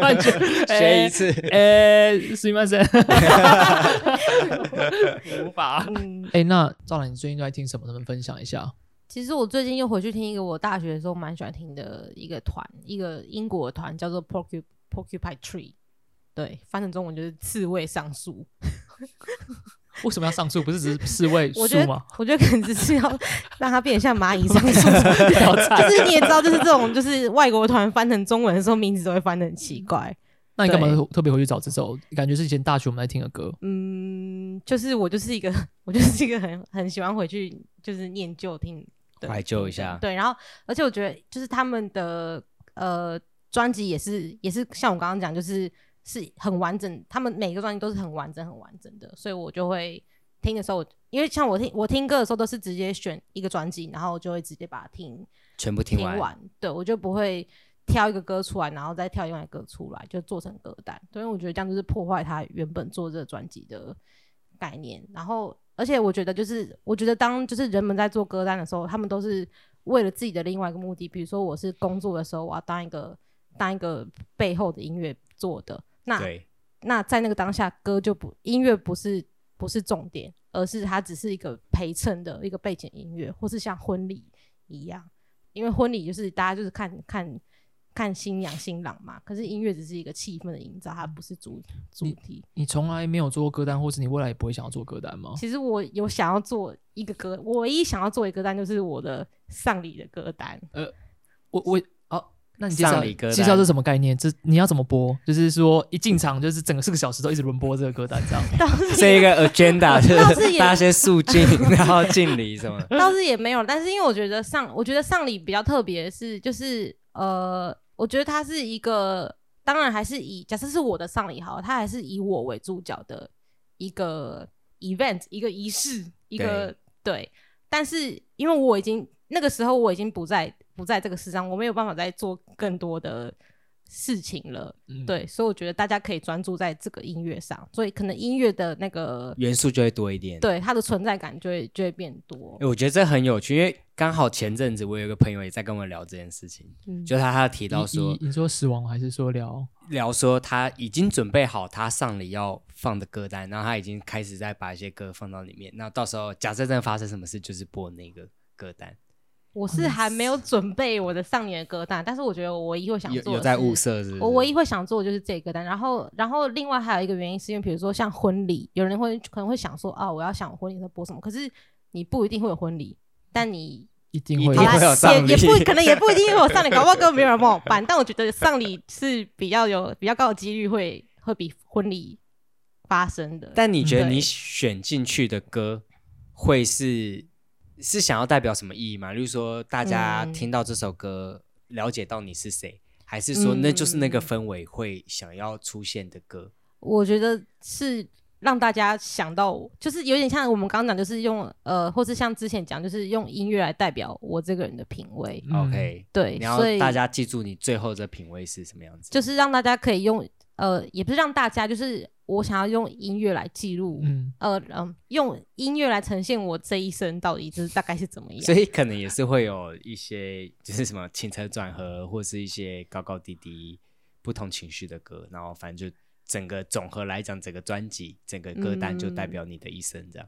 完全 学一。次。哎，すみません，无法。嗯， 哎，那赵兰，你最近都在听什么？能不能分享一下？ 其实我最近又回去听一个我大学的时候蛮喜欢听的一个团，一个英国的团叫做 Porcu Porcupine Tree，对，翻成中文就是刺猬上树。为什么要上树？不是只是刺猬我觉树得吗？，我觉得可能只是要 让它变得像蚂蚁上树，就是你也知道，就是这种就是外国团翻成中文的时候，名字都会翻得很奇怪。那你干嘛特别回去找这首？感觉是以前大学我们在听的歌。嗯，就是我就是一个，我就是一个很很喜欢回去就是念旧听的怀旧一听的下对，然后而且我觉得就是他们的呃专辑也是也是像我刚刚讲，就是是很完整，他们每个专辑都是很完整很完整的，所以我就会听的时候，我因为像我听我听歌的时候都是直接选一个专辑，然后我就会直接把它听全部听听完，完，对我就不会。挑一个歌出来，然后再挑另外一个歌出来，就做成歌单。对，因为我觉得这样就是破坏他原本做这个专辑的概念。然后，而且我觉得就是，我觉得当就是人们在做歌单的时候，他们都是为了自己的另外一个目的。比如说，我是工作的时候，我要当一个当一个背后的音乐做的。那对，那在那个当下，歌就不音乐不是不是重点，而是它只是一个陪衬的一个背景音乐，或是像婚礼一样，因为婚礼就是大家就是看看看新娘新郎嘛，可是音乐只是一个气氛的营造，它不是主主题。你从来没有做过歌单，或是你未来也不会想要做歌单吗？其实我有想要做一个歌，我唯一想要做一个歌单就是我的丧礼的歌单。我我哦、那你介绍丧礼歌单介绍这什么概念？这你要怎么播？就是说一进场就是整个四个小时都一直轮播这个歌单这 样。倒是这一个 agenda 倒就是是也大家先肃静， 然后敬礼什么的。倒是也没有，但是因为我觉得上，我觉得上礼比较特别的是，就是呃，我觉得它是一个，当然还是以假设是我的上礼好了，它还是以我为主角的一个 event，一个仪式，一个对。但是因为我已经那个时候我已经不在不在这个世上，我没有办法再做更多的事情了，嗯，对，所以我觉得大家可以专注在这个音乐上，所以可能音乐的那个元素就会多一点。对它的存在感就会就会变多欸，。我觉得这很有趣，因为刚好前阵子我有一个朋友也在跟我聊这件事情，嗯就他他提你到说你你说死亡还是说聊？聊说他已经准备好他上礼要放的歌单，然后他已经开始在把一些歌放到里面，那到时候假设真的发生什么事，就是播那个歌单，哦我是还没有准备我的上年的歌单，但是我觉得我唯一会想有做有的在是物色是不是？我唯一会想做的就是这个单，然后，然后另外还有一个原因是因为，比如说像婚礼，有哦人会可能会想说，啊，我要想我婚礼在播什么，可是你不一定会有婚礼，但你一定一会定好有会有啦，丧也也礼不可能也不一定有丧礼，搞不好根本没有人帮我办。但我觉得丧礼是比较有比较高的几率会会比婚礼发生的。但你觉得嗯对你选进去的歌会是是想要代表什么意义吗？例如说，大家嗯听到这首歌，了解到你是谁，还是说嗯那就是那个氛围会想要出现的歌？我觉得是让大家想到我，就是有点像我们刚刚讲，就是用呃，或是像之前讲，就是用音乐来代表我这个人的品味。嗯 OK，对你，要所以大家记住你最后这品味是什么样子，就是让大家可以用呃，也不是让大家，就是我想要用音乐来记录，嗯，呃嗯、用音乐来呈现我这一生到底就是大概是怎么样。所以可能也是会有一些就是什么情车转合，或是一些高高低低不同情绪的歌，然后反正就整个总和来讲，整个专辑、整个歌单就代嗯表你的一生这样。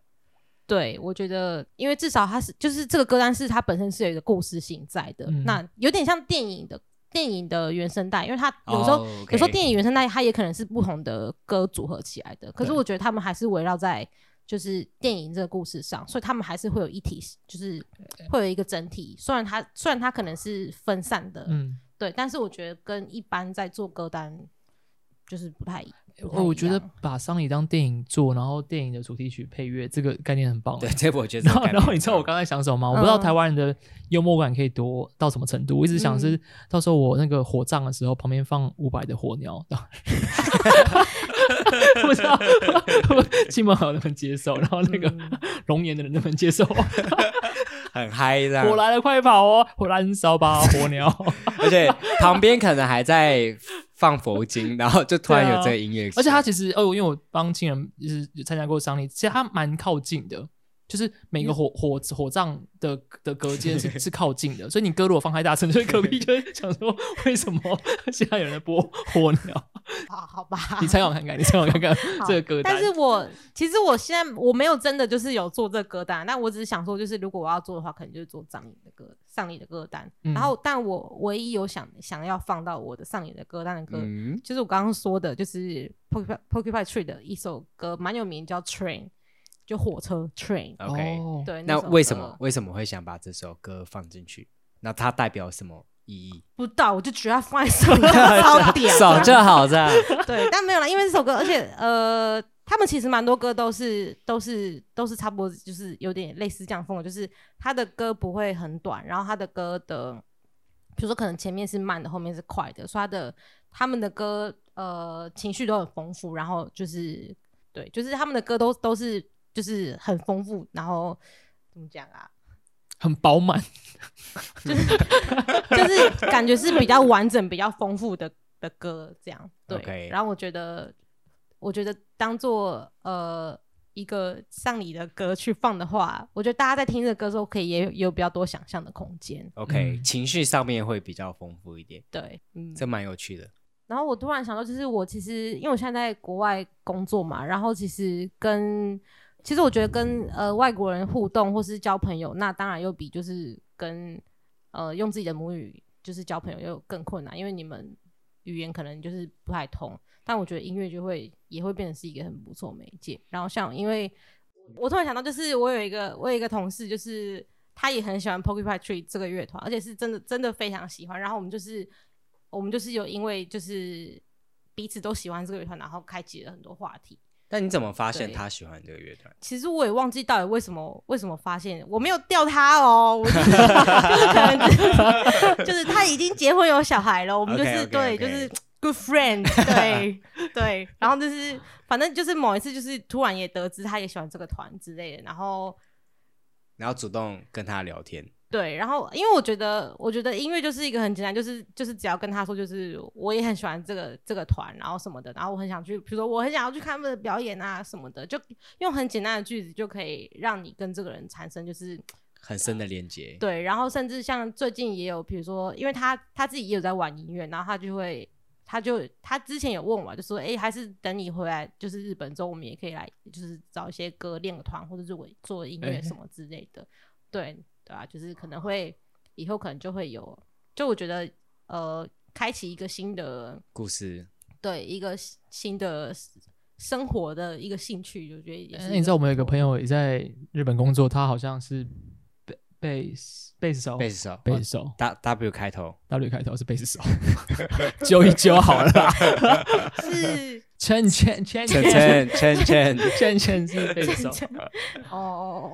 对，我觉得，因为至少它是，就是这个歌单是它本身是有一个故事性在的，嗯那有点像电影的电影的原声带，因为它有时候、哦，OK 有时候电影原声带它也可能是不同的歌组合起来的，可是对我觉得他们还是围绕在就是电影这个故事上，所以他们还是会有一体，就是会有一个整体。虽然它虽然它可能是分散的，嗯，对，但是我觉得跟一般在做歌单就是不太一，不太呃嗯我一觉得样把丧礼当电影做，然后电影的主题曲配乐，这个概念很棒欸。对，这我觉得这然个后，概念很棒。然后你知道我刚才想什么吗？我不知道嗯台湾人的幽默感可以多到什么程度。我一直想嗯是，到时候我那个火葬的时候，旁边放五百的火鸟， 然后不知道亲朋好友能不能接受，然后那个嗯龙岩的人能不能 接受？很嗨这样，火来了，快跑哦！火燃烧吧，火鸟！而且旁边可能还在放佛经，然后就突然有这个音乐起来、而且他其实，哦，因为我帮亲人就是参加过丧礼，其实他蛮靠近的。就是每个嗯火火火葬的的隔间是是靠近的，所以你歌如果放太大声，所以隔壁就会想说，为什么 现在有人在播火鸟？好好吧，你参考看看，你参考看看这个歌单。但是我其实我现在我没有真的就是有做这个歌单，那我只是想说，就是如果我要做的话，可能就是做葬礼的歌丧礼的歌单。嗯然后，但我唯一有想想要放到我的丧礼的歌单的歌，嗯，就是我刚刚说的，就是 Porcupine Porcupine Tree 的一首歌，蛮有名，叫 Train，就火车 Train。 OK，、哦，对，那首歌为什么为什么会想把这首歌放进去？那它代表什么意义？不知道？我就觉得它放 在手超屌，爽就好这样。 对，但没有啦，因为这首歌，而且呃，他们其实蛮多歌都是都是都是差不多，就是有点类似这样风格，就是他的歌不会很短，然后他的歌的，比如说可能前面是慢的，后面是快的，所以他的他们的歌呃情绪都很丰富，然后就是对，就是他们的歌都都是就是很丰富，然后怎么讲啊，很饱满。就是感觉是比较完整、比较丰富的的歌，这样对。 OK 然后我觉得，我觉得当做呃一个上礼的歌去放的话，我觉得大家在听这个歌的时候，可以也有也有比较多想象的空间。 OK，、嗯情绪上面会比较丰富一点，对，嗯。这蛮有趣的。然后我突然想到，就是我其实因为我现在在国外工作嘛，然后其实跟其实我觉得跟呃外国人互动或是交朋友，那当然又比就是跟呃用自己的母语就是交朋友又更困难，因为你们语言可能就是不太通。但我觉得音乐就会也会变成是一个很不错的媒介。然后像因为我突然想到，就是我有一个我有一个同事，就是他也很喜欢 Porcupine Tree 这个乐团，而且是真的真的非常喜欢。然后我们就是我们就是有因为就是彼此都喜欢这个乐团，然后开启了很多话题。那你怎么发现对他喜欢这个乐团？其实我也忘记到底为什么为什么发现我没有钓他哦，我就是 就是可能就是就是他已经结婚有小孩了，我们就是 OK，OK，OK 对就是 good friend，对对，然后就是反正就是某一次就是突然也得知他也喜欢这个团之类的，然后然后主动跟他聊天，对，然后因为我觉得，我觉得音乐就是一个很简单，就是就是只要跟他说，就是我也很喜欢这个这个团，然后什么的，然后我很想去，比如说我很想要去看他们的表演啊什么的，就用很简单的句子就可以让你跟这个人产生就是很深的连接。对，然后甚至像最近也有，比如说，因为他他自己也有在玩音乐，然后他就会，他就他之前有问我，就说，哎、还是等你回来就是日本之后，我们也可以来，就是找一些歌练个团，或者是我做音乐诶什么之类的，对对啊，就是可能会以后可能就会有，就我觉得呃，开启一个新的故事对一个新的生活的哎一个兴趣，我觉得也是一那个。你知道我们有一个朋友也在日本工作，他好像是被贝斯贝斯手，贝斯手，贝斯手大 W 开头， ，W 开头是贝斯手， 揪一揪好 了啦。 是圈圈 圈圈圈圈圈圈，圈圈是 贝斯手。哦哦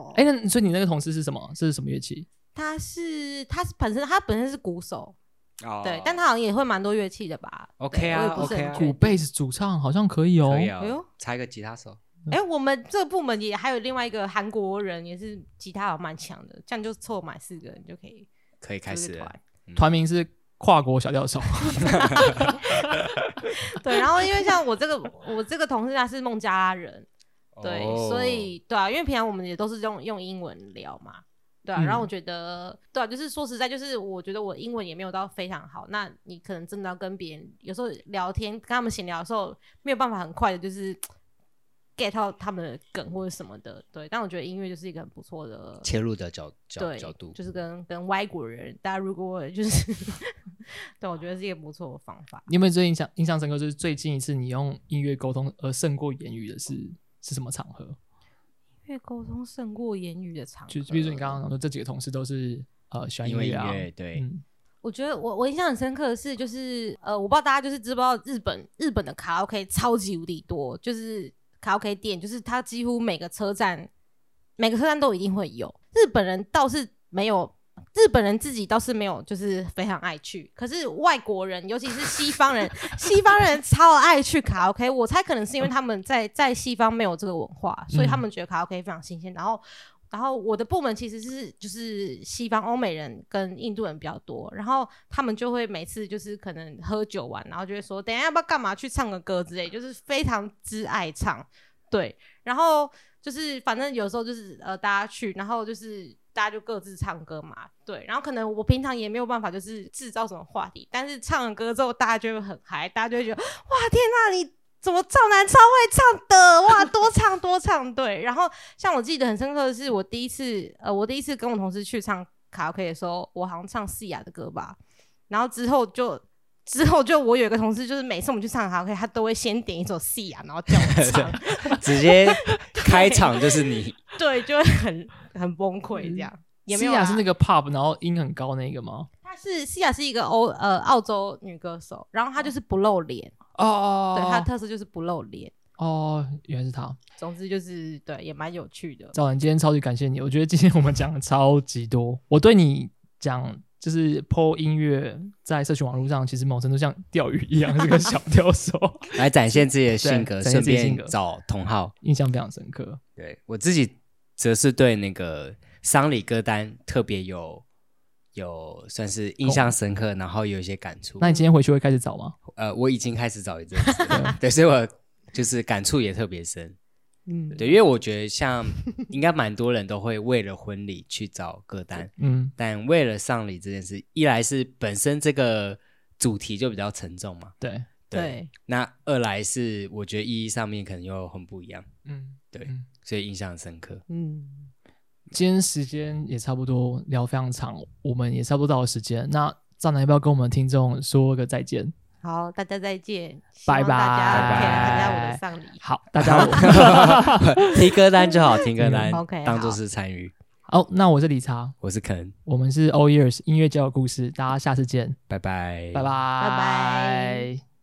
哦，哎、哎，那所以你那个同事是什么？是什么乐器？他是他是本身他本身是鼓手，哦对，但他好像也会蛮多乐器的吧 OK 对啊我也不是很 OK 啊确鼓、贝斯、主唱好像可以哦可。以哎哦呦，插一个吉他手，哎、我们这个部门也还有另外一个韩国人，也是吉他好像蛮强的，这样就凑满四个人就可以可以开组一始个了团。团名是跨国小调手， 对，然后因为像我这个我这个同事他是孟加拉人，对，哦所以对啊，因为平常我们也都是用用英文聊嘛，对啊，嗯然后我觉得对啊，就是说实在，就是我觉得我英文也没有到非常好，那你可能真的要跟别人有时候聊天，跟他们闲聊的时候，没有办法很快的就是 get 到他们的梗或者什么的，对，但我觉得音乐就是一个很不错的切入的角角对角度，嗯就是跟跟外国人，大家如果就是， 对我觉得是一个不错的方法。你有没有最印象印象深刻？就是最近一次你用音乐沟通而胜过言语的是是什么场合？因为沟通胜过言语的场合，就比如说你刚刚讲说这几个同事都是呃喜欢呃因为音啊，乐对，嗯，我觉得我我印象很深刻的是，就是呃，我不知道大家就是知不知道日本日本的卡拉 OK 超级无敌多，就是卡拉 OK 店，就是它几乎每个车站每个车站都一定会有。日本人倒是没有，日本人自己倒是没有，就是非常爱去。可是外国人，尤其是西方人， 西方人超爱去卡拉 OK。我猜可能是因为他们在在西方没有这个文化，所以他们觉得卡拉 OK 非常新鲜。然后然后我的部门其实是就是西方欧美人跟印度人比较多，然后他们就会每次就是可能喝酒完，然后就会说等一下要不要干嘛去唱个歌之类，就是非常之爱唱，对。然后就是反正有时候就是呃大家去，然后就是大家就各自唱歌嘛，对。然后可能我平常也没有办法就是制造什么话题，但是唱了歌之后大家就会很嗨，大家就会觉得哇天呐、你怎么赵楠超会唱的哇，多唱多唱对。然后像我记得很深刻的是，我第一次呃，我第一次跟我同事去唱卡拉 OK 的时候，我好像唱西雅的歌吧，然后之后就。之后就我有一个同事，就是每次我们去唱卡拉 OK，他都会先点一首《西雅》，然后叫我唱，直 接开场就是你， 对，就会很很崩溃这样。也没有嗯西啊雅啦是那个 pub，然后音很高那个吗？她是西雅是一个欧呃澳洲女歌手，然后她就是不露脸，哦哦，对，她的他特色就是不露脸。哦，原来是他。总之就是对，也蛮有趣的。赵然，今天超级感谢你，我觉得今天我们讲的超级多，我对你讲。就是 PO 音乐在社群网络上，其实某程度像钓鱼一样，是个小钓手，来展现自己的对性格，展现顺自己性格便找同好。印象非常深刻。对我自己则是对那个丧礼歌单特别有有算是印象深刻，然后有一些感触那。你今天回去会开始找吗？呃，我已经开始找一阵子了，对，所以我就是感触也特别深。嗯，对，因为我觉得像应该蛮多人都会为了婚礼去找歌单，嗯，但为了丧礼这件事，一来是本身这个主题就比较沉重嘛，对，对，那二来是我觉得意义上面可能又很不一样，嗯，对嗯所以印象深刻。嗯，今天时间也差不多，聊非常长，我们也差不多到了时间。那赵楠要不要跟我们听众说个再见？好，大家再见，希拜望大拜家可以来参加我拜的丧礼。好，大家 我听歌单就好，听歌单 OK，好当做是参与。好，那我是理查，我是肯，我们是 All Years 音乐交友故事，大家下次见，拜拜，拜拜，拜拜。